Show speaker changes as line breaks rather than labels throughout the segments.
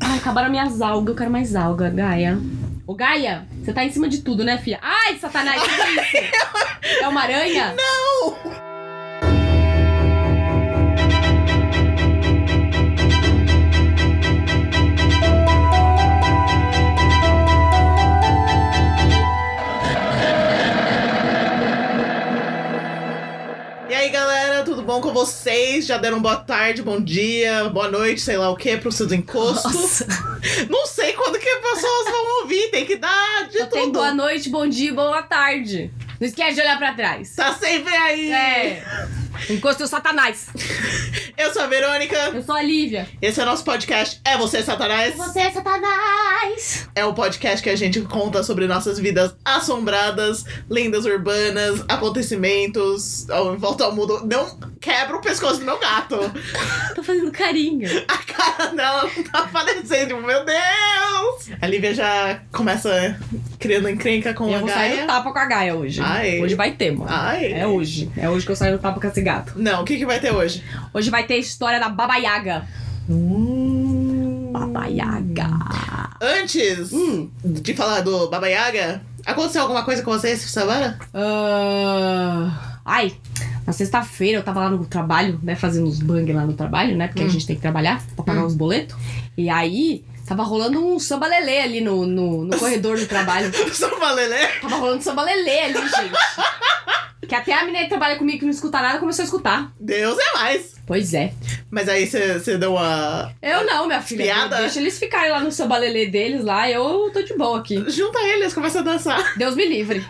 Ai, acabaram minhas algas, eu quero mais alga, Gaia. Ô, Gaia, você tá em cima de tudo, né, filha? Ai, satanás, o que é isso? É uma aranha?
E aí, galera, tudo bom com vocês? Já deram boa tarde, bom dia, boa noite, sei lá o que, pro seus encostos. Não sei quando que as pessoas vão ouvir, tem que dar de
Só tem
tudo.
boa noite, bom dia e boa tarde. Não esquece de olhar pra trás.
Tá sempre aí!
É. Encosta o satanás.
Eu sou a Verônica,
Eu sou a Lívia.
esse é o nosso podcast É Você, Satanás.
é satanás.
É o podcast que a gente conta sobre nossas vidas assombradas, lendas urbanas, acontecimentos, ao- em volta ao mundo. Não quebra o pescoço do meu gato!
Tô fazendo carinho.
A cara dela não tá aparecendo, tipo, meu Deus! A Lívia já começa criando encrenca com
eu
a
vou sair
Gaia.
no tapa com a Gaia hoje.
Ai.
Hoje vai ter, mano.
Ai.
É hoje. É hoje que eu saio no tapa com esse gato.
Não, o que, que vai ter hoje?
Hoje vai ter a história da Baba Yaga.
Hum.
Baba Yaga.
Antes
Hum.
de falar do Baba Yaga, aconteceu alguma coisa com vocês essa semana?
Ah, Ai, na sexta-feira eu tava lá no trabalho, né? Fazendo os bang lá no trabalho, né? Porque a gente tem que trabalhar pra pagar os boletos. E aí, tava rolando um samba lelê ali no, no, no corredor do trabalho.
Só uma lelê?
Tava rolando samba lelê ali, gente. Que até a menina que trabalha comigo que não escuta nada começou a escutar.
Deus é mais!
Pois é.
Mas aí você deu uma.
Eu não, minha filha.
Piada?
Deixa eles ficarem lá no samba lelê deles lá, eu tô de boa aqui.
Junta eles, começa a dançar.
Deus me livre.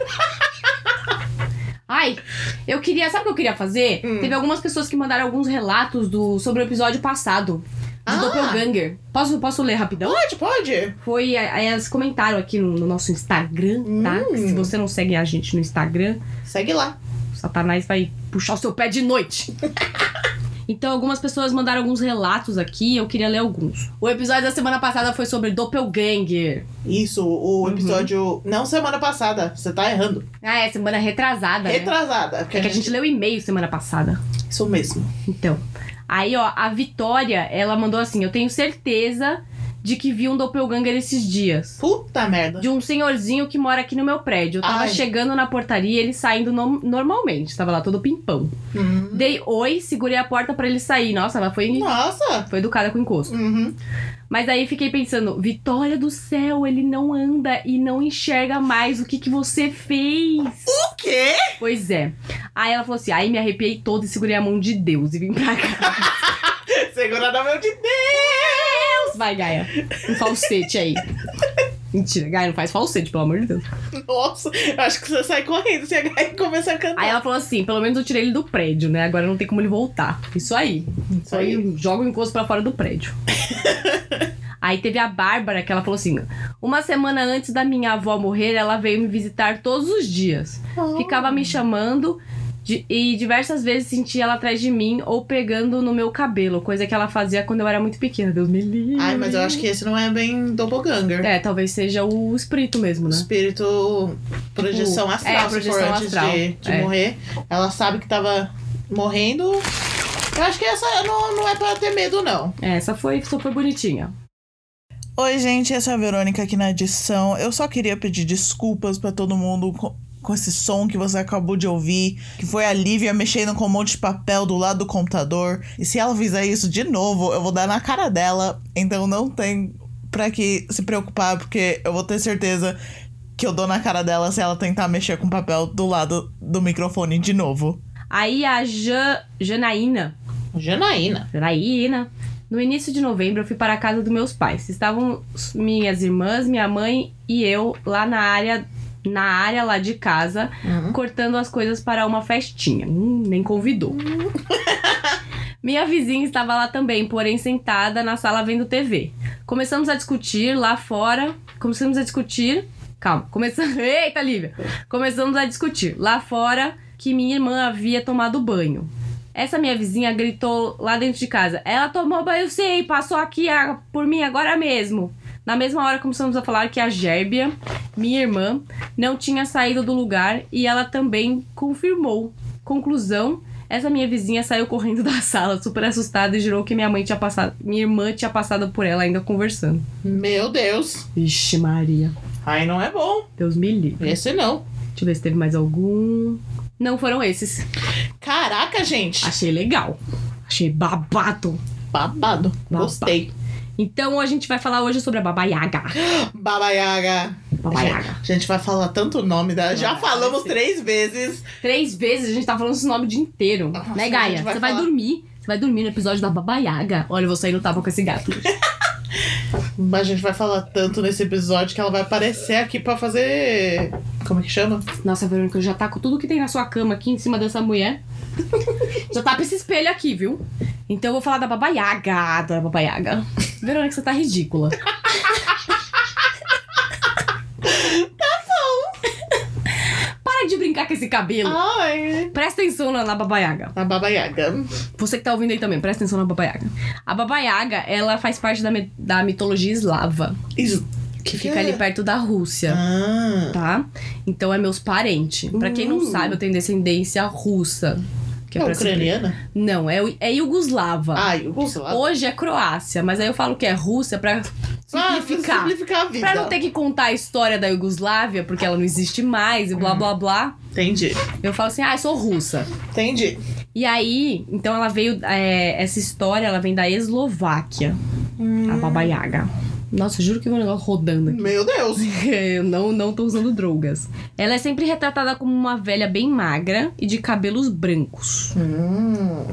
Ai, eu queria. Sabe o que eu queria fazer?
Hum.
Teve algumas pessoas que mandaram alguns relatos do, sobre o episódio passado. De
Ah.
Doppelganger. Posso, posso ler rapidão?
Pode, pode.
Foi. é, Elas comentaram aqui no, no nosso Instagram, tá?
Hum.
Se você não segue a gente no Instagram,
Segue lá.
o Satanás vai puxar o seu pé de noite. Então, algumas pessoas mandaram alguns relatos aqui, eu queria ler alguns. O episódio da semana passada foi sobre Doppelganger.
Isso,
Uhum.
o episódio. Não semana passada, você tá errando.
Ah, é, semana retrasada. né?
Retrasada. Porque
É que a gente leu e-mail semana passada.
Isso mesmo.
Então, aí ó, a Vitória, ela mandou assim: Eu tenho certeza de que vi um doppelganger esses dias.
Puta merda.
De um senhorzinho que mora aqui no meu prédio. Eu tava
Ai.
chegando na portaria e ele saindo no- normalmente. Tava lá todo pimpão.
Hum.
Dei oi, segurei a porta pra ele sair. Nossa, ela foi,
Nossa!
foi educada com encosto.
Uhum.
Mas aí fiquei pensando: Vitória do céu, ele não anda e não enxerga mais. O que, que você fez?
O quê?
Pois é. Aí ela falou assim: Aí me arrepiei toda e segurei a mão de Deus e vim pra cá.
Segura na mão de Deus!
Vai, Gaia. Um falsete aí. Mentira, Gaia, não faz falsete, pelo amor de Deus.
Nossa, eu acho que você sai correndo se a Gaia começar a cantar.
Aí ela falou assim: pelo menos eu tirei ele do prédio, né? Agora não tem como ele voltar. Isso aí. Isso aí, joga o encosto pra fora do prédio. Aí teve a Bárbara que ela falou assim: uma semana antes da minha avó morrer, ela veio me visitar todos os dias. Ficava me chamando de- e diversas vezes sentia ela atrás de mim ou pegando no meu cabelo, coisa que ela fazia quando eu era muito pequena. Deus me livre.
Ai, mas eu acho que esse não é bem doppelganger.
É, talvez seja o espírito mesmo,
O
né?
espírito projeção astral,
é,
se
projeção
for antes
astral.
de, de
É.
morrer. Ela sabe que tava morrendo. Eu acho que essa não, não é pra ter medo, não.
É, essa foi, só foi bonitinha.
Oi, gente, essa é a Verônica aqui na edição. Eu só queria pedir desculpas pra todo mundo com, com esse som que você acabou de ouvir, que foi a Lívia mexendo com um monte de papel do lado do computador. E se ela fizer isso de novo, eu vou dar na cara dela. Então não tem pra que se preocupar, porque eu vou ter certeza que eu dou na cara dela se ela tentar mexer com o papel do lado do microfone de novo.
Aí a Ja- Janaína.
Janaína.
Janaína. No início de novembro, eu fui para a casa dos meus pais. Estavam s- minhas irmãs, minha mãe e eu lá na área, na área lá de casa, cortando as coisas para uma festinha. Hum, nem convidou. Minha vizinha estava lá também, porém sentada na sala vendo TV. Começamos a discutir lá fora. Começamos a discutir. Calma, começamos. Eita, Lívia! Começamos a discutir lá fora que minha irmã havia tomado banho. Essa minha vizinha gritou lá dentro de casa: Ela tomou banho sim, passou aqui a- por mim agora mesmo. Na mesma hora começamos a falar que a Gérbia, minha irmã, não tinha saído do lugar e ela também confirmou. Conclusão: Essa minha vizinha saiu correndo da sala, super assustada, e jurou que minha mãe tinha passado. Minha irmã tinha passado por ela ainda conversando.
Meu Deus.
Vixe, Maria.
Aí não é bom.
Deus me livre.
Esse não.
Deixa eu ver se teve mais algum. Não foram esses.
Caraca, gente.
Achei legal. Achei babado.
Babado.
Babado.
Gostei.
Então a gente vai falar hoje sobre a Baba Yaga.
Baba Yaga.
Baba Yaga.
A gente vai falar tanto o nome dela. Já
Vai,
falamos
vai ser.
três vezes.
Três vezes a gente tá falando esse nome o dia inteiro.
Nossa, a
né,
gente
Gaia?
vai
Você vai
falar.
dormir. Você vai dormir no episódio da Baba Yaga. Olha, eu vou sair no tapa com esse gato.
Mas a gente vai falar tanto nesse episódio que ela vai aparecer aqui pra fazer. Como é que chama?
Nossa, Verônica, eu já tá com tudo que tem na sua cama aqui em cima dessa mulher. já tá pra esse espelho aqui, viu? Então eu vou falar da Baba Yaga. Da Baba Yaga. Verônica, você tá ridícula. tá bom. Para de brincar com esse cabelo.
Ah. Ai.
Presta atenção na, na Baba Yaga.
A Baba Yaga.
Você que tá ouvindo aí também, presta atenção na Baba Yaga. A Baba Yaga, ela faz parte da, mi- da mitologia eslava,
Isso.
que fica ali perto da Rússia,
é? Ah.
tá? Então é meus parentes. Pra quem não
Hum.
sabe, eu tenho descendência russa. Que
É
pra se-
ucraniana?
Não, é, é iugoslava.
Ah, Yugoslava.
Hoje é Croácia, mas aí eu falo que é Rússia pra
Ah,
simplificar.
simplificar a vida.
Pra não ter que contar a história da Iugoslávia, porque ela não existe mais e blá
Uhum.
blá blá.
Entendi.
Eu falo assim, ah, eu sou russa.
Entendi.
E aí, então ela veio. é, essa história ela vem da Eslováquia, a Baba Yaga. Nossa, juro que meu negócio rodando aqui.
Meu Deus.
Eu não, não tô usando drogas. Ela é sempre retratada como uma velha bem magra e de cabelos brancos.
Hum.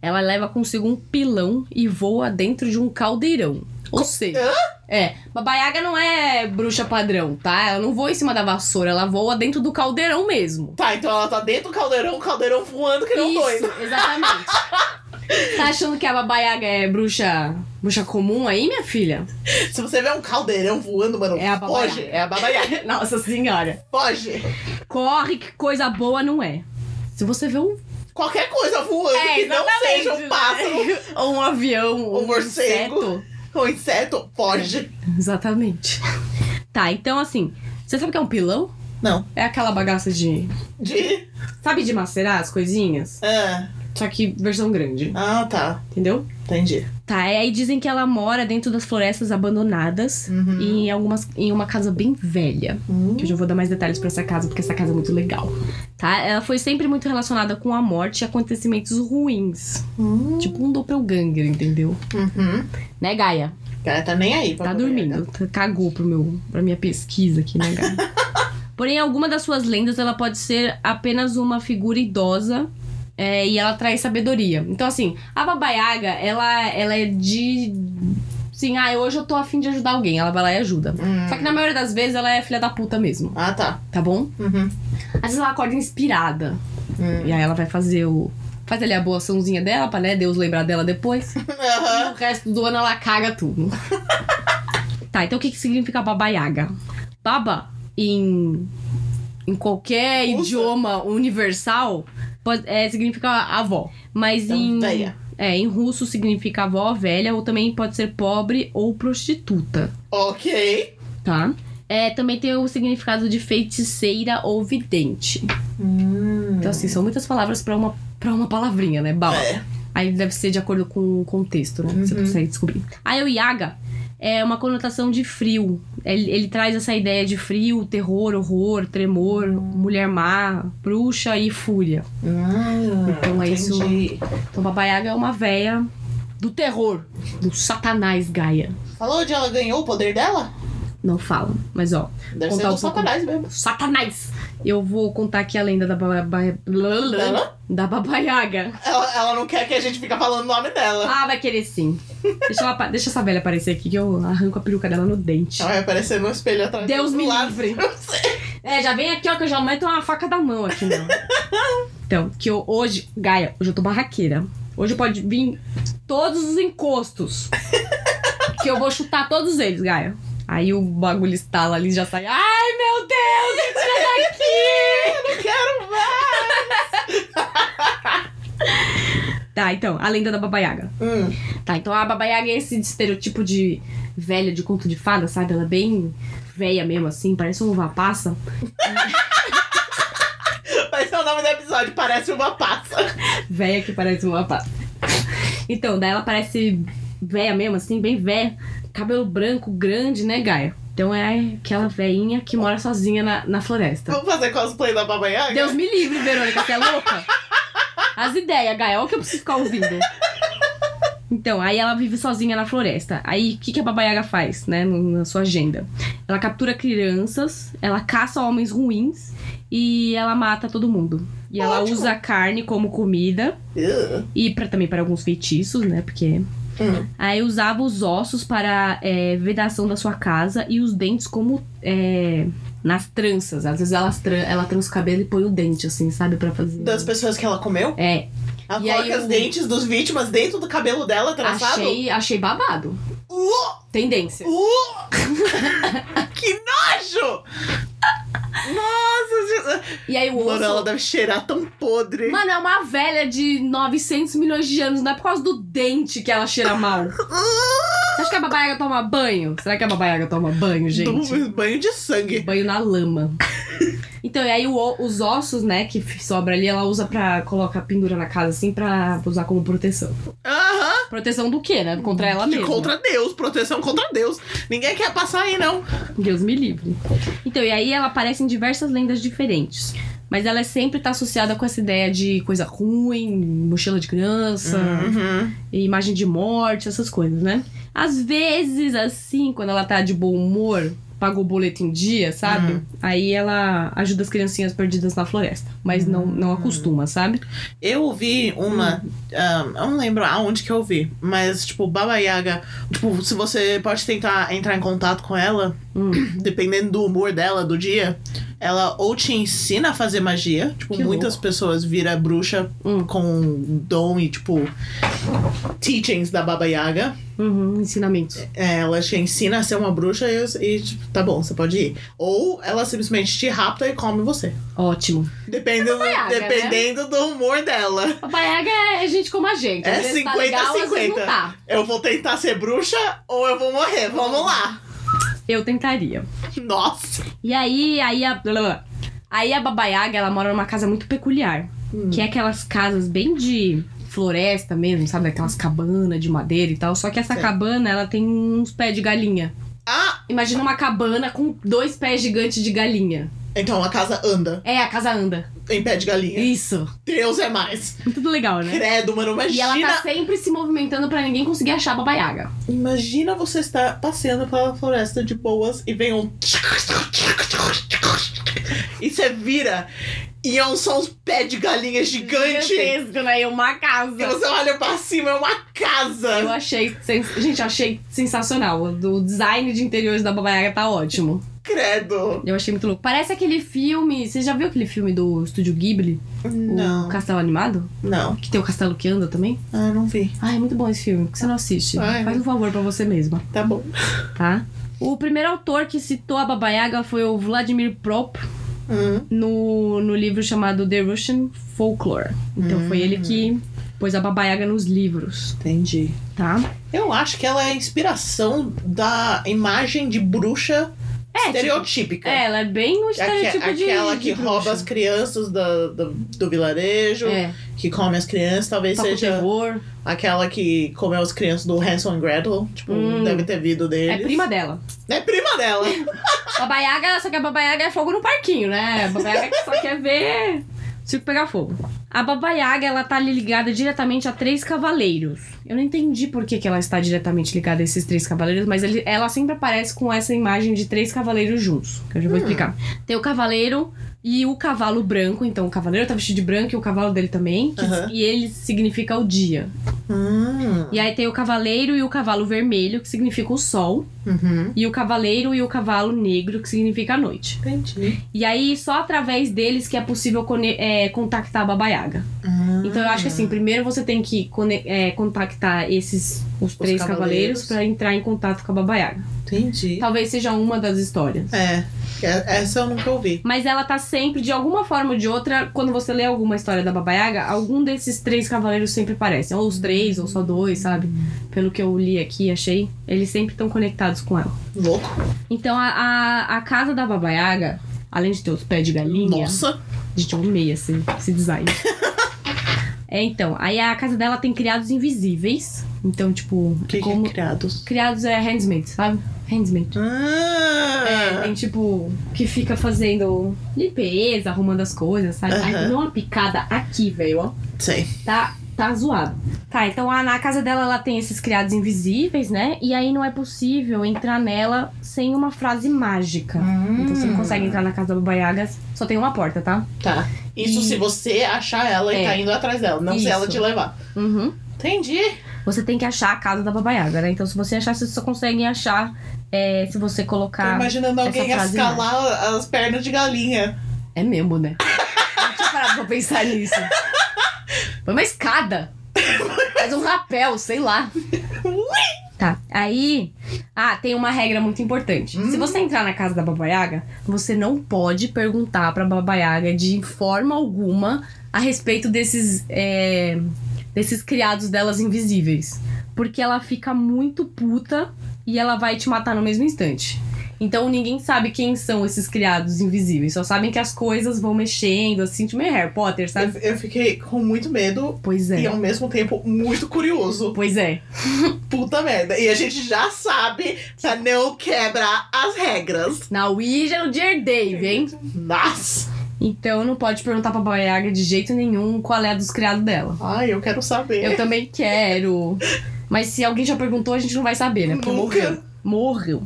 Ela leva consigo um pilão e voa dentro de um caldeirão. Ou seja, é, Baba Yaga não é bruxa padrão, tá? Ela não voa em cima da vassoura, ela voa dentro do caldeirão mesmo.
Tá, então ela tá dentro do caldeirão, o caldeirão voando que não
Isso,
doido.
exatamente. tá achando que a babaiaga é bruxa, bruxa comum aí, minha filha?
Se você vê um caldeirão voando, mano,
É a Baba
foge.
Yaga.
É a Baba Yaga.
Nossa senhora.
Foge.
Corre, que coisa boa não é. Se você vê um...
Qualquer coisa voando que não
exatamente,
seja um
né?
pássaro
Ou um avião, ou
Um
um
morcego.
inseto.
ou inseto, foge.
Exatamente. Tá, então assim, você sabe o que é um pilão?
Não.
É aquela bagaça de...
De.
Sabe de macerar as coisinhas?
Ah,
Só que versão grande,
ah tá.
entendeu?
Entendi.
Tá, e aí dizem que ela mora dentro das florestas abandonadas
Uhum.
e em, algumas, em uma casa bem velha.
Hum.
Que eu já vou dar mais detalhes pra essa casa, porque essa casa é muito legal. Tá? Ela foi sempre muito relacionada com a morte e acontecimentos ruins.
Hum.
Tipo um doppelganger, entendeu?
Uhum.
Né, Gaia?
Cara, tá nem aí. pra
Tá
Baba
dormindo.
Yaga.
Tá- Cagou pro meu, pra minha pesquisa aqui, né, Gaia? Porém, alguma das suas lendas, ela pode ser apenas uma figura idosa. é, e ela traz sabedoria. Então, assim, a babaiaga, ela, ela é de. Sim, ah, hoje eu tô afim de ajudar alguém. Ela vai lá e ajuda.
Hum.
Só que na maioria das vezes ela é filha da puta mesmo,
Ah, tá.
tá bom?
Uhum.
Às vezes ela acorda inspirada.
Hum.
E aí ela vai fazer o. Faz ali a boa açãozinha dela pra né, Deus lembrar dela depois.
Aham.
E o resto do ano ela caga tudo. tá, então o que, que significa Baba Yaga? Baba, em. em qualquer
Ufa.
idioma universal, pode- é, significa avó. Mas
Então,
em.
velha.
É, em russo significa avó, velha, ou também pode ser pobre ou prostituta,
Ok.
tá? É, também tem o significado de feiticeira ou vidente.
Hum.
Então, assim, são muitas palavras pra uma, pra uma palavrinha, né? Bala.
É.
Aí deve ser de acordo com o contexto, né? Que Você
Uhum.
consegue descobrir. Aí o Yaga é uma conotação de frio. Ele, ele traz essa ideia de frio, terror, horror, tremor, mulher má, bruxa e fúria.
Ah,
Então é isso.
entendi.
Então, Baba Yaga é uma véia do terror, do satanás Gaia.
Falou onde ela ganhou o poder dela?
Não fala, mas ó.
Deve
Contar
ser do
um pouco.
satanás mesmo.
Satanás! Eu vou contar aqui a lenda da Baba...
Dela?
Da Baba Yaga.
Ela, ela não quer que a gente fique falando o nome dela.
Ah, vai querer sim. Deixa, ela, pa- deixa essa velha aparecer aqui que eu arranco a peruca dela no dente.
Ela vai aparecer no espelho atrás.
Deus
do
me
lado.
livre. É, já vem aqui, ó, que eu já meto uma faca da mão aqui, não. Então, que eu hoje, Gaia, hoje eu tô barraqueira. Hoje pode vir todos os encostos. que eu vou chutar todos eles, Gaia. Aí o bagulho estala ali já sai. Ai, meu Deus, me tira daqui!
Eu não quero mais.
Tá, então, a lenda da babaiaga.
Hum,
Tá, então a Baba Yaga é esse estereotipo de velha de conto de fada, sabe? Ela é bem velha mesmo, assim, parece um uva passa.
vai ser é o nome nome do episódio, parece uma passa.
Véia que parece uma pata. Então, daí ela parece véia mesmo, assim, bem véia. Cabelo branco, grande, né, Gaia? Então é aquela veinha que mora sozinha na, na floresta.
Vamos fazer cosplay da Baba Yaga?
Deus me livre, Verônica, você é louca? As ideias, Gaia, olha o que eu preciso ficar ouvindo. Então, aí ela vive sozinha na floresta. Aí, o que, que a Baba Yaga faz, né, no- na sua agenda? Ela captura crianças, ela caça homens ruins e ela mata todo mundo. E ela
Ótimo.
usa a carne como comida
Ugh.
e pra, também para alguns feitiços, né, porque...
Hum.
Aí usava os ossos para é, vedação da sua casa e os dentes como... é, nas tranças. Às vezes elas tran- ela trança o cabelo e põe o dente, assim, sabe, pra fazer...
Das pessoas que ela comeu?
É,
Ela
E
coloca
aí
os
o-
dentes dos vítimas dentro do cabelo dela, traçado?
Achei, achei babado.
Uh,
Tendência.
uh. que nojo! Nossa, Jesus.
E aí o
Mano, ela
osso...
deve cheirar tão podre.
Mano, é uma velha de 900 milhões de anos. Não é por causa do dente que ela cheira mal. Você acha que a babaiaga toma banho? Será que a babaiaga toma banho, gente?
Do banho de sangue.
Banho na lama. Então, e aí o- os ossos, né, que f- sobra ali, ela usa pra colocar, pendura na casa, assim, pra usar como proteção.
Aham.
Proteção do quê, né? Contra ela
De
mesma.
Contra Deus, proteção contra Deus. Ninguém quer passar aí, não.
Deus me livre. Então, e aí ela aparece em diversas lendas diferentes. Mas ela sempre tá associada com essa ideia de coisa ruim, mochila de criança,
Uhum.
e imagem de morte, essas coisas, né? Às vezes, assim, quando ela tá de bom humor, pagou o boleto em dia, sabe? Aí ela ajuda as criancinhas perdidas na floresta. Mas não, não acostuma, sabe?
Eu ouvi uma. ah, eu não lembro aonde que eu ouvi, mas, tipo, Baba Yaga. Tipo, se você pode tentar entrar em contato com ela,
Hum.
dependendo do humor dela, do dia, ela ou te ensina a fazer magia. Tipo,
Que
muitas pessoas viram bruxa
Hum.
com dom e, tipo, teachings da Baba Yaga.
Uhum, ensinamentos.
É, Ela te ensina a ser uma bruxa e, e, tipo, tá bom, você pode ir. Ou ela simplesmente te rapta e come você.
Ótimo.
Dependendo,
Yaga, né?
dependendo do humor dela.
Papai Yaga é gente como a gente.
É
Às vezes tá legal, às vezes não
50-50.
tá.
Eu vou tentar ser bruxa ou eu vou morrer? Vamos lá.
Eu tentaria.
Nossa.
E aí, aí a. blá, blá, blá. Aí a babaiaga, ela mora numa casa muito peculiar.
Hum.
Que é aquelas casas bem de floresta mesmo, sabe? Aquelas cabanas de madeira e tal. Só que essa
Sei.
cabana, ela tem uns pés de galinha.
Ah,
Imagina uma cabana com dois pés gigantes de galinha.
então a casa anda
É, a casa anda.
em pé de galinha.
Isso.
Deus é mais.
Tudo legal, né?
Credo, mano.
E ela
Imagina,
tá sempre se movimentando pra ninguém conseguir achar a babaiaga.
imagina você estar passeando pela floresta de boas e vem um. E você vira e é um só uns pé de galinha gigante. E
Gigantesco, né? E uma casa.
você olha pra cima, é uma
Eu
casa.
achei. sens- Gente, eu achei sensacional. O design de interiores da babaiaga tá ótimo.
Credo.
Eu achei muito louco. Parece aquele filme. Você já viu aquele filme do Estúdio Ghibli? O
Não,
Castelo Animado?
não.
Que tem o castelo que anda também?
Ah, não vi.
Ah, é muito bom esse filme. Por que você não assiste?
Ai,
Faz um favor pra você mesma,
Tá bom.
tá? O primeiro autor que citou a Baba Yaga foi o Vladimir Prop
Hum.
no, no livro chamado The Russian Folklore. Então foi ele que
Hum.
pôs a Baba Yaga nos livros,
Entendi.
tá?
Eu acho que ela é a inspiração da imagem de bruxa
É,
estereotípica.
É, ela é bem um
Aque-
estereotipo de
aquela
de
que
bruxa.
rouba as crianças da- do, do vilarejo,
É,
que come as crianças, talvez
toca o
seja
terror.
aquela que comeu as crianças do Hansel and Gretel. Tipo,
Hum.
deve ter vindo
É
deles.
prima dela.
É prima dela.
Babaiaga, só que a babaiaga é fogo no parquinho, né? A babaiaga que só quer ver o circo pegar fogo. A babaiaga, ela tá ali ligada diretamente a três cavaleiros. Eu não entendi por que, que ela está diretamente ligada a esses três cavaleiros, mas ele- ela sempre aparece com essa imagem de três cavaleiros juntos, que eu já vou explicar. Tem o cavaleiro e o cavalo branco, então o cavaleiro tá vestido de branco e o cavalo dele também, que-
Aham.
e ele significa o dia.
Hum.
E aí tem o cavaleiro e o cavalo vermelho, que significa o sol,
Uhum.
e o cavaleiro e o cavalo negro, que significa a noite.
Entendi.
E aí, só através deles que é possível cone- é, contactar a Baba Yaga.
Hum,
Então, eu acho que assim, primeiro você tem que cone- é, contactar esses os três
cavaleiros.
cavaleiros, pra entrar em contato com a Baba Yaga.
Entendi.
Talvez seja uma das histórias.
É. É- Essa eu nunca ouvi.
Mas ela tá sempre, de alguma forma ou de outra, quando você lê alguma história da Baba Yaga, algum desses três cavaleiros sempre aparece. Ou os três, ou só dois, sabe? Pelo que eu li aqui, achei. Eles sempre estão conectados com ela.
Louco.
Então, a, a, a casa da Baba Yaga, além de ter os pés de galinha...
Nossa.
Gente, eu amei esse, esse design. é, então, aí a casa dela tem criados invisíveis. Então, tipo,
Que
como.
que é criados?
Criados é handmade, sabe? Handmade. É,
Ah,
tem tipo, que fica fazendo limpeza, arrumando as coisas, sabe? Aí
Aham.
deu uma picada aqui, velho, ó.
sei.
Tá, tá zoado. Tá, então a, na casa dela ela tem esses criados invisíveis, né? E aí não é possível entrar nela sem uma frase mágica. Então
Hum.
você não consegue entrar na casa da Baba Yaga, só tem uma porta, tá?
Tá. Isso
E-
se você achar ela
É.
e tá indo atrás dela, não se
Isso.
ela te levar.
Uhum.
Entendi.
Você tem que achar a casa da Baba Yaga, né? Então se você achar, você só consegue achar é, se você
Tô
colocar.
imaginando alguém
essa frase
escalar as pernas de galinha.
É mesmo, né? Não tinha parado pra pensar nisso. Foi uma escada. Faz um rapel, sei lá. Tá, aí. Ah, tem uma regra muito importante. Se você entrar na casa da babaiaga, você não pode perguntar pra babaiaga de forma alguma a respeito desses. é, desses criados delas invisíveis. Porque ela fica muito puta e ela vai te matar no mesmo instante. Então ninguém sabe quem são esses criados invisíveis. Só sabem que as coisas vão mexendo, assim, tipo meio Harry Potter, sabe?
Eu, eu fiquei com muito medo
Pois
e
é.
ao mesmo tempo muito curioso.
Pois é.
Puta merda. E a gente já sabe pra não quebrar as regras.
Na Ouija é o Dear Dave, hein?
Nossa!
Então não pode perguntar pra Baba Yaga de jeito nenhum qual é a dos criados dela.
Ai, eu quero saber.
Eu também quero. Mas se alguém já perguntou, a gente não vai saber, né? Porque
Nunca.
morreu. Morreu.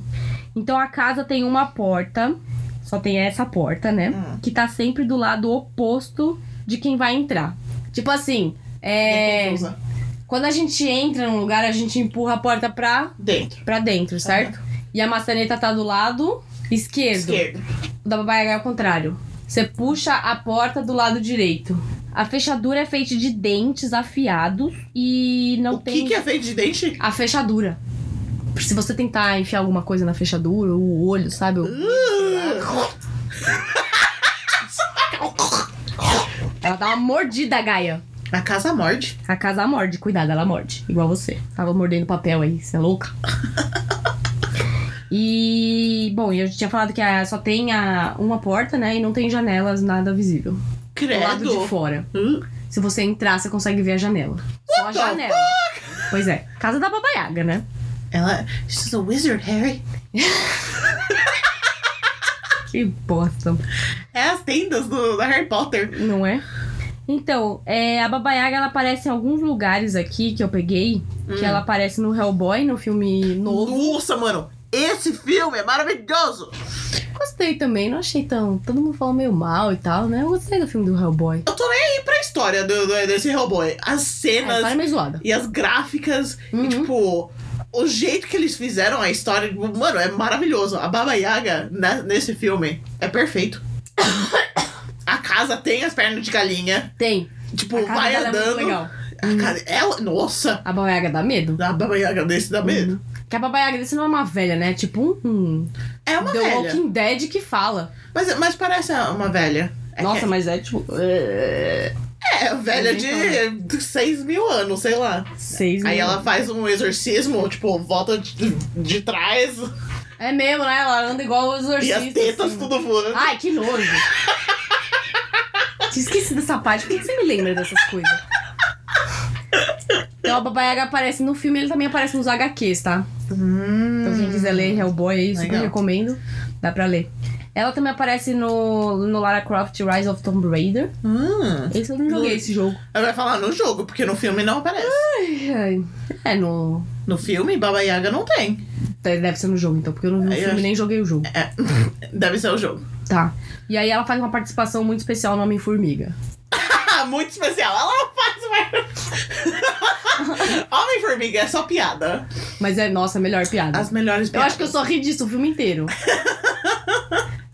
Então a casa tem uma porta, só tem essa porta, né?
Hum.
Que tá sempre do lado oposto de quem vai entrar. Tipo assim, é.
Tá Confusa.
Quando a gente entra num lugar, a gente empurra a porta pra,
Dentro.
pra dentro, certo? E a maçaneta tá do lado esquerdo.
Esquerdo.
O da babaiaga é o contrário. Você puxa a porta do lado direito. A fechadura é feita de dentes afiados e não
o
tem
que, que é feito de dente?
a fechadura. Se você tentar enfiar alguma coisa na fechadura, ou o olho, sabe? o- Ela dá uma mordida, Gaia.
A casa morde.
A casa morde, cuidado, ela morde. Igual você. Tava mordendo papel aí, você é louca? e. Bom, eu já tinha falado que a- só tem a, uma porta, né? E não tem janelas, nada visível. Do lado de
Credo.
fora.
Hum.
Se você entrar, você consegue ver a janela. Só a
the
janela. Pois é, casa da babaiaga, né?
Ela. She's a wizard, Harry.
Que bosta,
É as tendas do, da Harry Potter.
não é? Então, é, a babaiaga ela aparece em alguns lugares aqui que eu peguei,
Hum.
que ela aparece no Hellboy, no filme novo.
Nossa, mano. Esse filme é maravilhoso.
Gostei também, não achei tão. Todo mundo falou meio mal e tal, né? Eu gostei do filme do Hellboy.
Eu tô nem aí pra história do, do- desse Hellboy. As
Ah, a
cenas
história é meio zoada.
e as gráficas.
Uhum.
E, tipo, o jeito que eles fizeram a história. tipo, Mano, é maravilhoso. A Baba Yaga né, nesse filme é perfeito. a casa tem as pernas de galinha.
Tem.
Tipo,
a casa
vai
dela é
andando.
muito legal.
A casa- ela- nossa.
A babaiaga dá medo?
A Baba Yaga desse dá medo.
Porque a babaiaga desse não é uma velha, né? É tipo um. um
É uma
The
velha.
Walking Dead que fala.
Mas, mas parece uma velha. É
Nossa,
que-
mas é tipo.
É, velha
Ninguém fala.
de, de 6 mil anos, sei lá.
Seis
Aí
mil.
ela faz um exorcismo, tipo, volta de, de trás
É mesmo, né? Ela anda igual o
e
exorcista.
as tetas
assim.
tudo voando.
Ai, que nojo. Tinha esquecido essa parte. Por que que você me lembra dessas coisas? Então a babaiaga aparece no filme, ele também aparece nos HQs, tá? Então quem quiser ler Hellboy aí, super
Hum. Legal.
recomendo. Dá pra ler. Ela também aparece no, no Lara Croft Rise of Tomb Raider.
Hum.
Esse eu não joguei esse jogo.
Ela vai falar no jogo, porque no filme não aparece.
Ai, É, no.
No filme, Baba Yaga não tem.
Deve ser no jogo, então, porque eu não vi o
Aí eu
filme
acho- é.
nem joguei o jogo.
Deve ser o jogo.
Tá. E aí ela faz uma participação muito especial no Homem-Formiga.
Ah, Muito especial. Ela não faz mais. Homem-Formiga é só piada.
Mas é, nossa, a melhor piada.
As melhores
Eu
piadas.
acho que eu só ri disso o filme inteiro.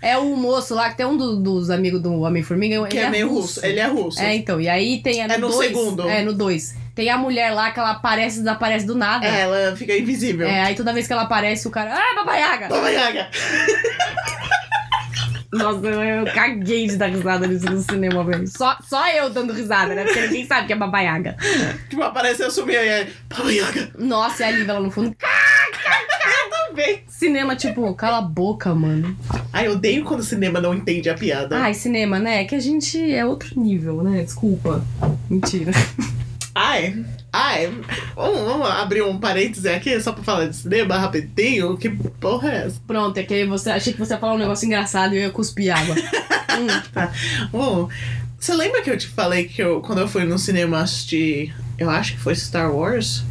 é o moço lá, que tem um do- dos amigos do Homem-Formiga. ele
Que é meio russo. Ele é russo.
É, então. E aí tem a
É no
dois,
segundo.
É, no 2. Tem a mulher lá que ela aparece e desaparece do nada.
É, ela fica invisível.
É, aí toda vez que ela aparece, o cara. Ah, babaiaga!
Baba Yaga.
Nossa, eu, eu caguei de dar risada nisso no cinema, velho. Só, só eu dando risada, né? Porque ninguém sabe que é babaiaga.
Tipo, apareceu, sumiu e aí. Baba Yaga.
Nossa, e a Lívia lá no fundo.
também.
Cinema, tipo, cala a boca, mano.
Ai, eu odeio quando o cinema não entende a piada.
Ai, cinema, né? Que a gente é outro nível, né? Desculpa. Mentira.
Ai, ai. Vamos, vamos abrir um parêntese aqui só pra falar de cinema rapidinho? Que porra é essa?
Pronto, é que você achei que você ia falar um negócio engraçado e eu ia cuspir água. Hum,
Bom, Tá, você lembra que eu te falei que eu, quando eu fui no cinema assistir, eu acho que foi Star Wars?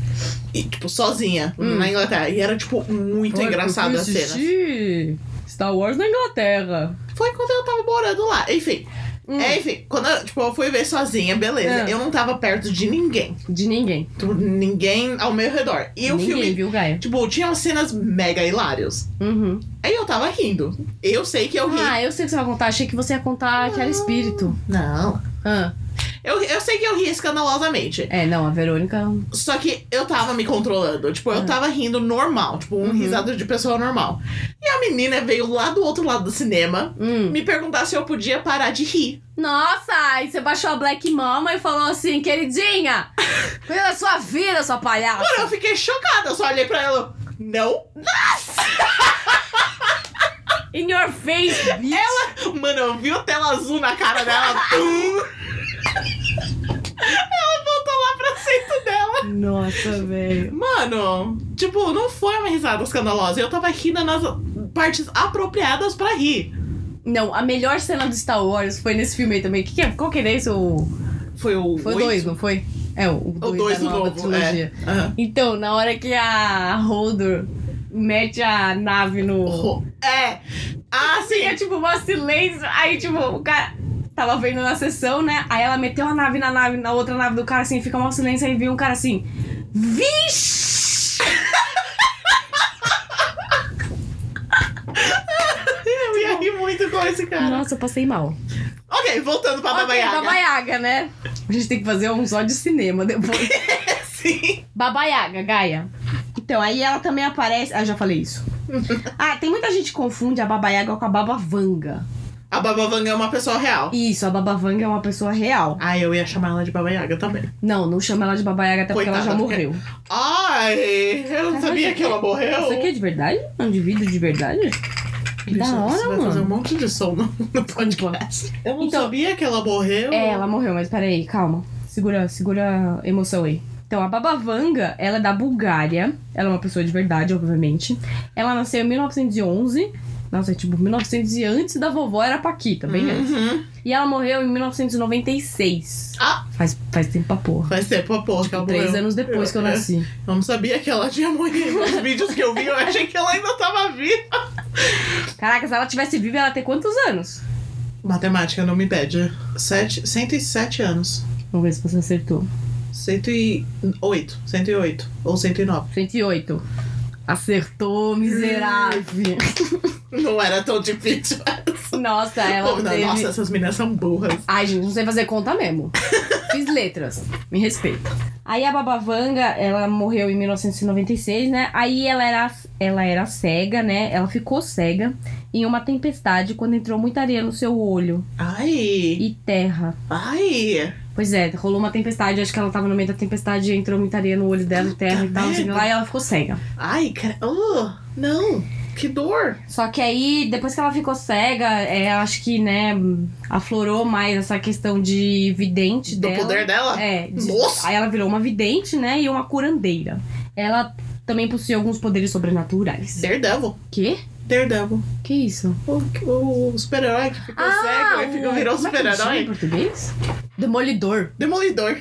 E, tipo, sozinha,
Hum.
na Inglaterra. E era, tipo, muito
olha,
engraçada
eu
a
fui
cena.
assistir Star Wars na Inglaterra.
Foi quando eu tava morando lá. Enfim,
Hum,
é, enfim, quando eu, tipo, eu fui ver sozinha, beleza.
É.
Eu não tava perto de ninguém.
De ninguém.
Tipo, ninguém ao meu redor. E o
ninguém,
filme,
viu, Gaia?
tipo, tinha umas cenas mega hilárias.
Uhum.
Aí eu tava rindo. Eu sei que eu ri.
Ah, eu sei o que você vai contar. Achei que você ia contar que era espírito.
Não.
Ah,
Eu, eu sei que eu ri escandalosamente.
é, não, a Verônica.
Só que eu tava me controlando. Tipo, eu
Ah.
tava rindo normal. Tipo, um
Uhum.
risado de pessoa normal. E a menina veio lá do outro lado do cinema
Hum.
me perguntar se eu podia parar de rir.
Nossa, aí você baixou a Black Mama e falou assim, queridinha, cuida da sua vida, sua palhaça.
Mano, eu fiquei chocada. Eu só olhei pra ela. Não.
In your face, bitch.
Mano, eu vi o tela azul na cara dela. Pum. ela voltou lá pra centro dela.
Nossa, velho.
Mano, tipo, não foi uma risada escandalosa. Eu tava rindo nas partes apropriadas pra rir.
Não, a melhor cena do Star Wars foi nesse filme aí também. Que que é? Qual que é esse? O...
Foi o.
Foi o
oito?
2, não foi? É, o
O 2
2
do
da nova
novo. É.
trilogia.
Aham.
Então, na hora que a Holder mete a nave no...
Ro- É. Ah,
Assim, é
sim.
tipo, mó silêncio. Aí, tipo, o cara tava vendo na sessão, né? Aí ela meteu a nave na nave, na outra nave do cara, assim, fica mó silêncio. Aí viu um cara assim, vixe!
Eu ia rir muito com esse cara.
Nossa, eu passei mal.
Ok, voltando pra Baba
Ok,
Yaga.
Baba Yaga, né? A gente tem que fazer um só de cinema depois.
Sim.
Baba Yaga, Gaia. Então, aí ela também aparece. Ah, já falei isso. ah, tem muita gente que confunde a Baba Yaga com a Baba Vanga.
A Baba Vanga é uma pessoa real.
Isso, a Baba Vanga é uma pessoa real.
Ah, eu ia chamar ela de Baba Yaga também.
Não, não chama ela de Baba Yaga até porque ela já
Coitada, porque-
morreu.
Ai, eu não
Mas
sabia
isso
que ela
aqui- Isso aqui
morreu.
é de verdade? É um de vidro de verdade? Que
Bicho,
da
você
hora,
vai fazer um
mano.
monte de som no, no
Tipo,
podcast. Eu não
Então-
sabia que ela morreu.
É, ela morreu, mas peraí, calma. Segura, segura a emoção aí. Então, a Baba Vanga, ela é da Bulgária. Ela é uma pessoa de verdade, obviamente. Ela nasceu em 1911. Nossa, é tipo 1900 e antes da vovó era Paquita, tá bem antes.
Uhum.
E ela morreu em 1996.
Ah!
Faz, faz tempo pra porra.
Vai ser pra porra que ela
Três
morreu.
anos depois que eu
É.
nasci.
Eu não sabia que ela tinha morrido. Nos vídeos que eu vi, eu achei que ela ainda tava viva.
Caraca, se ela tivesse viva, ela ia ter quantos anos?
Matemática não me impede. Sete, 107 anos.
Vamos ver se você acertou.
108. 108. Ou 109.
108. Acertou, miserável.
Não era tão difícil.
Nossa, ela
Pô, não,
teve...
Hum. Nossa, essas meninas são burras.
Ai, gente, não sei fazer conta mesmo. Fiz letras. Me respeita. Aí a Baba Vanga, ela morreu em 1996, né? Aí ela era, ela era cega, né? Ela ficou cega em uma tempestade quando entrou muita areia no seu olho
Ai.
e terra.
Ai.
Pois é, rolou uma tempestade, acho que ela tava no meio da tempestade, entrou muita areia no olho dela e terra e tal, não sei o que lá, e ela ficou cega.
Ai, cara. Oh, não. Que dor.
Só que aí, depois que ela ficou cega, é, acho que, né, aflorou mais essa questão de vidente
Do
dela.
poder dela?
É, de-
Nossa!
aí ela virou uma vidente, né, e uma curandeira. Ela também possui alguns poderes sobrenaturais.
Daredevil.
Quê?
Daredevil.
Que isso?
O, o- o super-herói que ficou cego e ficou,
Ah, o-
virou
como é que ele chama em
super-herói.
português? Demolidor.
Demolidor.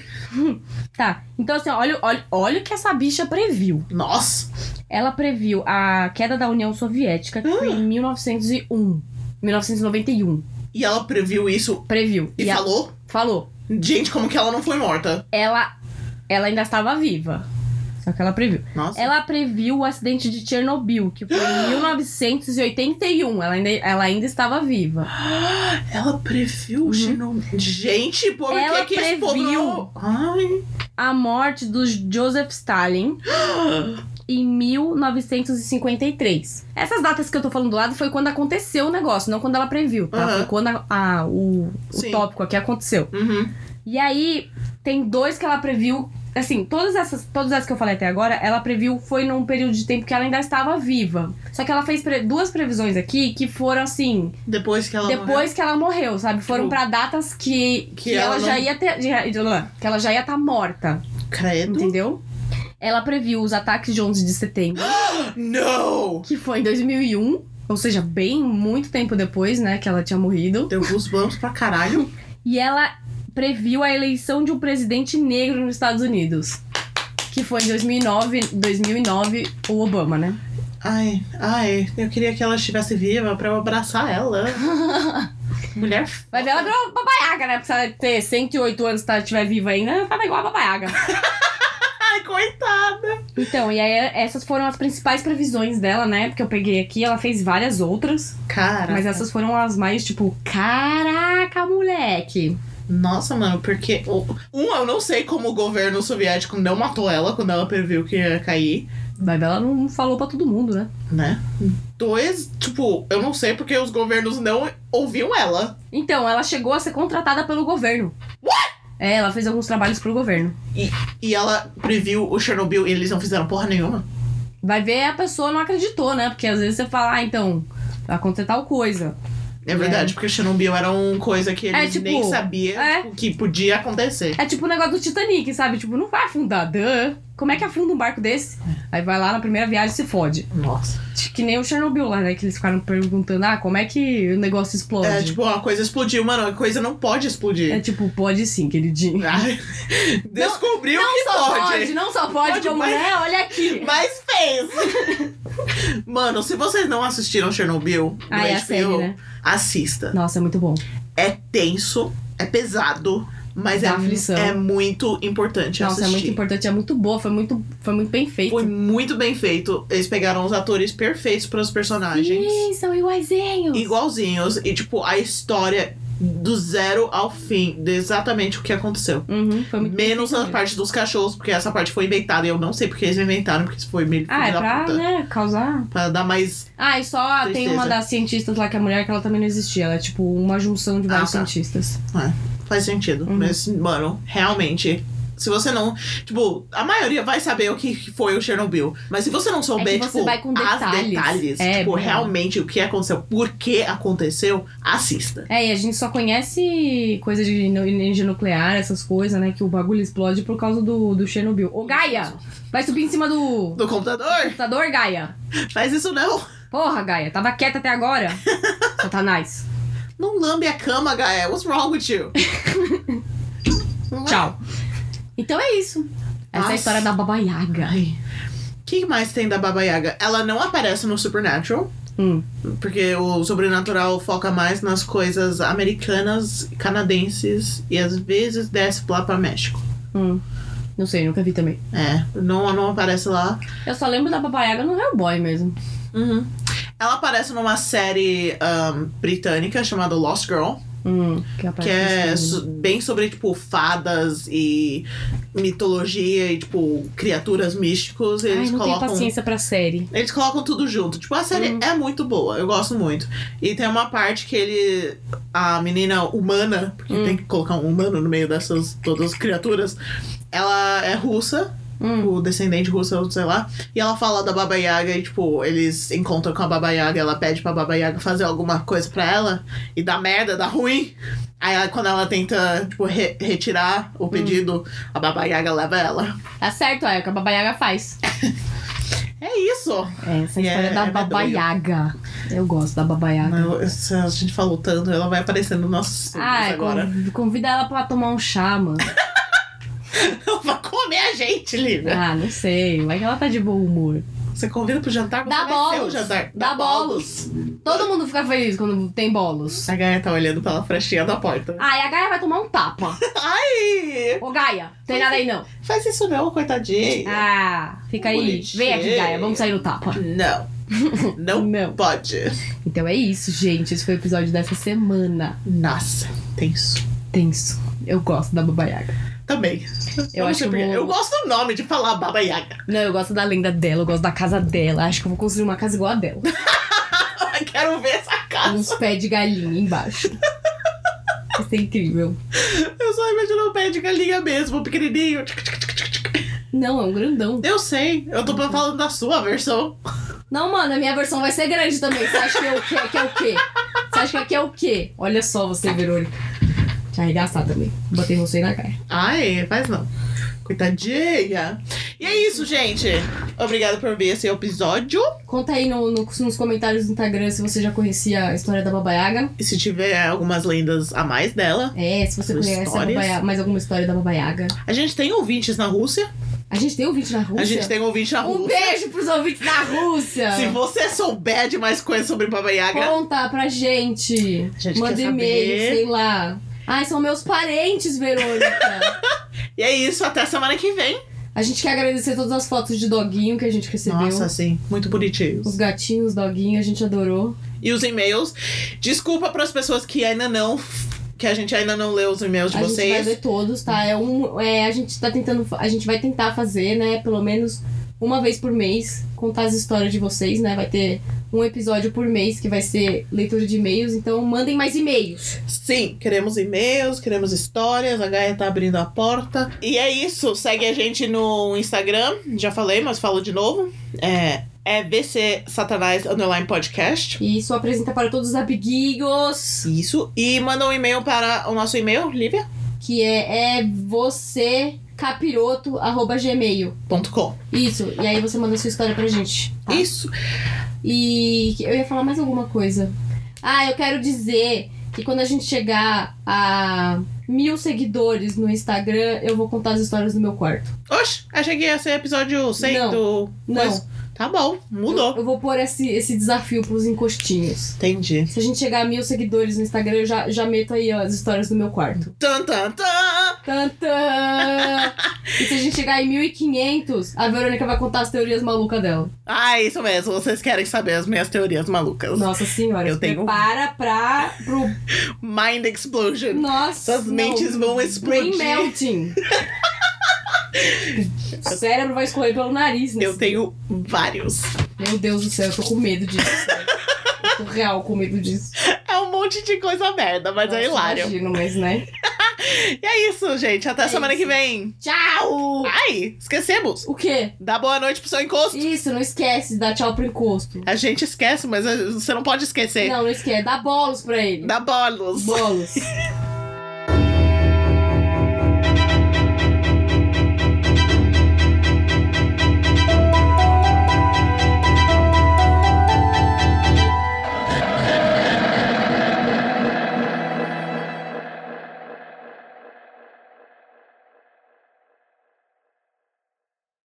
Tá, então assim, olha, olha, olha o que essa bicha previu.
Nossa.
Ela previu a queda da União Soviética, que foi em 1901. 1991.
E ela previu isso
Previu.
e,
a-
falou.
falou.
Gente, como que ela não foi morta?
ela, ela ainda estava viva. Só que ela previu.
Nossa.
Ela previu o acidente de Chernobyl, que foi em 1981. Ela ainda, ela ainda estava viva.
Ela previu o Chernobyl. Gente, por
Uhum. Ela
que que esse povo não... Ai.
A morte do Joseph Stalin em 1953. Essas datas que eu tô falando do lado foi quando aconteceu o negócio, não quando ela previu, tá?
Aham.
Foi quando a- a- o, o
Sim.
tópico aqui aconteceu.
Uhum.
E aí, tem dois que ela previu Assim, todas essas, todas essas que eu falei até agora, ela previu foi num período de tempo que ela ainda estava viva. Só que ela fez pre- duas previsões aqui que foram assim,
Depois que ela
depois
morreu.
que ela morreu, sabe? Foram
Tipo,
pra datas que que,
que
ela,
ela
já
não-
ia ter, que ela já ia estar morta,
Credo.
entendeu? Ela previu os ataques de 11 de setembro,
Não!
que foi em 2001, ou seja, bem muito tempo depois, né, que ela tinha morrido.
Deu goosebumps pra caralho.
E ela previu a eleição de um presidente negro nos Estados Unidos. Que foi em 2009, 2009 o Obama, né?
Ai, ai, eu queria que ela estivesse viva pra eu abraçar ela. Mulher.
Mas ela virou uma babaiaga, né? Porque se ela ter 108 anos, se ela estiver viva ainda, tava igual a babaiaga.
Ai, coitada!
Então, e aí essas foram as principais previsões dela, né? Porque eu peguei aqui, ela fez várias outras.
Cara.
Mas essas foram as mais, tipo, caraca, moleque.
Nossa, mano, porque. o- Um, eu não sei como o governo soviético não matou ela quando ela previu que ia cair,
Mas ela não falou pra todo mundo, né?
né? Dois, tipo, eu não sei porque os governos não ouviam ela.
Então, ela chegou a ser contratada pelo governo. É, ela fez alguns trabalhos pro governo.
E ela previu o Chernobyl e eles não fizeram porra nenhuma.
Vai ver a pessoa não acreditou, né? Porque às vezes você fala, ah, então, vai acontecer tal coisa.
É verdade, porque o Chernobyl era uma coisa que eles
É, tipo,
nem sabiam
é.
tipo, que podia acontecer.
É tipo o negócio do Titanic, sabe? Tipo, não vai afundar, duh. Como é que afunda um barco desse? Aí vai lá na primeira viagem e se fode.
Nossa.
Que nem o Chernobyl lá, né? Que eles ficaram perguntando, ah, como é que o negócio explode?
É, tipo, a coisa explodiu, mano, a coisa não pode explodir.
É tipo, pode sim, queridinho.
Ai, Descobriu que pode.
não só pode,
Pode,
como
mas-
é, olha aqui.
Mas fez! Mano, se vocês não assistiram Chernobyl no
Ah, é a
HBO,
série, né?
assista.
Nossa, é muito bom.
É tenso, é pesado, mas é,
Dá aflição.
é muito importante
Nossa, é
assistir.
muito importante, é muito boa, foi muito, foi muito bem feito.
Foi muito bem feito. Eles pegaram os atores perfeitos para os personagens.
Sim, são iguaizinhos.
Igualzinhos. E, tipo, a história do zero ao fim de exatamente o que aconteceu.
Uhum, foi muito bem
Menos
feito
a
mesmo.
parte dos cachorros, porque essa parte foi inventada. E eu não sei porque eles inventaram, porque isso foi meio
Ah, é
filho da
pra,
puta.
né, causar
Pra dar mais
Ah, e só tem
Tristeza.
uma das cientistas lá que é mulher que ela também não existia. Ela é tipo uma junção de
Ah,
vários
tá.
cientistas.
Faz sentido.
Uhum.
Mas, mano, realmente. Se você não. Tipo, a maioria vai saber o que foi o Chernobyl. Mas se você não souber,
É que você
tipo,
vai com
as
detalhes.
detalhes,
É,
tipo,
boa.
realmente o que aconteceu, por que aconteceu, assista.
É, e a gente só conhece coisa de nu- energia nuclear, essas coisas, né? Que o bagulho explode por causa do, do Chernobyl. Ô, Gaia! Vai subir em cima do
No computador?
computador, Gaia!
Faz isso não.
Porra, Gaia, tava quieta até agora. Satanás.
Não lambe a cama, Gaia. What's wrong with you? Não é?
Tchau. Então é isso. Essa é
Nossa.
a história da Baba Yaga.
Ai. O que mais tem da Baba Yaga? Ela não aparece no Supernatural.
Hum.
Porque o sobrenatural foca mais nas coisas americanas, canadenses e às vezes desce lá pra México.
Hum. Não sei, nunca vi também.
É, não, não aparece lá.
Eu só lembro da Baba Yaga no Hellboy mesmo.
Uhum. Ela aparece numa série ahn, britânica chamada Lost Girl,
Hum, que
que
aparece
é
nesse
so- bem sobre, tipo, fadas e mitologia e, tipo, criaturas místicos.
Ai,
Eles
não tenho
colocam.
paciência pra série.
Eles colocam tudo junto. Tipo, a série
Uhum.
é muito boa, eu gosto muito. E tem uma parte que ele. A menina humana, porque
Hum.
tem que colocar um humano no meio dessas todas as criaturas. Ela é russa.
Hum.
o descendente russo, sei lá. E ela fala da Baba Yaga e, tipo, eles encontram com a Baba Yaga, ela pede pra Baba Yaga fazer alguma coisa pra ela e dá merda, dá ruim. Aí ela- quando ela tenta, tipo, re- retirar
Hum.
o pedido, a Baba Yaga leva ela.
Tá certo, é o que a Baba Yaga faz.
É isso!
É, essa
E
história
é-
da
é
Baba
medonho.
Yaga. Eu gosto da Baba Yaga.
Não, se a gente falou tanto, ela vai aparecer nos nossos filmes
Ah,
agora.
convida ela pra tomar um chá, mano.
Ela vai comer a gente, Lívia.
Ah, não sei. Vai que ela tá de bom humor.
Você convida pro jantar, você
Ah. Dá
vai ser o
bolos.
jantar.
Dá bolos. Todo mundo fica feliz quando tem bolos.
A Gaia tá olhando pela frestinha da porta.
Ah, e a Gaia vai tomar um tapa.
Ai!
Ô, Gaia, tem nada aí não.
Faz isso não, coitadinha.
Ah, fica aí.
Bonitinha.
Vem aqui, Gaia. Vamos sair no tapa.
Não. Não,
Não.
pode.
Então é isso, gente. Esse foi o episódio dessa semana.
Nossa, tenso.
Tenso. Eu gosto da Baba Yaga.
Também.
Eu
não
acho
sei
que
porquê.
vou-
eu gosto do nome de falar Baba Yaga.
Não, eu gosto da lenda dela, eu gosto da casa dela. Acho que eu vou construir uma casa igual a dela.
Quero ver essa
Com
casa.
uns pés de galinha embaixo. Isso é incrível. Hum.
Eu só imagino o pé de galinha mesmo, pequenininho. Tic, tic, tic, tic, tic.
Não, é um grandão.
Eu sei, eu tô falando da sua versão.
Não, mano, a minha versão vai ser grande também. Você acha que é o quê? Que é o quê? Você acha que aqui é o quê? Olha só você, Verônica. Te arregaçar também. Botei você aí na cara.
Ai, faz não. Coitadinha. E é isso, gente. Obrigada por ver esse episódio.
Conta aí no, no- nos comentários do Instagram se você já conhecia a história da Baba Yaga.
E se tiver algumas lendas a mais dela,
É, se você
Suas
conhece a
histórias.
Baba Yaga- mais alguma história da Baba Yaga.
a gente tem ouvintes na Rússia.
A gente tem ouvinte na Rússia?
A gente tem ouvinte na
Um
Rússia.
beijo pros ouvintes da Rússia!
Se você souber de mais coisas sobre Baba Yaga,
Conta pra gente.
A gente
Manda
quer
e-mail,
saber.
sei lá. Ai, são meus parentes, Verônica.
e é isso. Até semana que vem.
a gente quer agradecer todas as fotos de doguinho que a gente recebeu.
Nossa, sim. Muito bonitinhos.
Os gatinhos, doguinho, a gente adorou.
E os e-mails. Desculpa para as pessoas que ainda não. Que a gente ainda não leu os e-mails de
a gente vai
vocês.
ler todos, tá? É um, é, a gente tá tentando, a gente vai tentar fazer, né, pelo menos uma vez por mês, contar as histórias de vocês, né? Vai ter um episódio por mês que vai ser leitura de e-mails, então mandem mais e-mails.
Sim, queremos e-mails, queremos histórias. A Gaia tá abrindo a porta. E é isso. Segue a gente no Instagram. Já falei, mas falo de novo. É, é VC Satanás Underline Podcast.
E isso apresenta para todos os amiguinhos,
Isso. E manda um e-mail para o nosso e-mail,
que é é você gmail.
livia.com.
Isso, e aí você manda sua história pra gente. tá?
Isso.
E eu ia falar mais alguma coisa. Ah, eu quero dizer que quando a gente chegar a mil seguidores no Instagram, eu vou contar as histórias do meu quarto.
Oxe, achei que ia ser episódio 100
Não.
do.
Não.
coisa. Tá bom, mudou.
Eu, eu vou pôr esse, esse desafio pros encostinhos.
Entendi.
Se a gente chegar a mil seguidores no Instagram, eu já, já meto aí ó, as histórias do meu quarto.
Tan, tan, tan.
Tantã! e se a gente chegar em 1500, a Verônica vai contar as teorias malucas dela.
Ah, isso mesmo. Vocês querem saber as minhas teorias malucas.
Nossa senhora,
Eu
se
tenho-
prepara pra. Pro...
Mind Explosion.
Nossa!
Suas mentes vão
Brain
explodir.
melting. o cérebro vai escorrer pelo nariz, né?
Eu tenho vários.
Meu Deus do céu, eu tô com medo disso. sério. Eu tô real com medo disso.
É um monte de coisa merda, mas é
Nossa,
hilário.
Imagino, mas né?
E é isso, gente. Até
É
semana
isso.
que vem.
Tchau!
Ai, esquecemos.
O quê?
Dá boa noite pro seu encosto.
Isso, não esquece de dar tchau pro encosto.
A gente esquece, mas você não pode esquecer.
Não, não esquece. Dá bolos pra ele.
Dá bolos.
Bolos.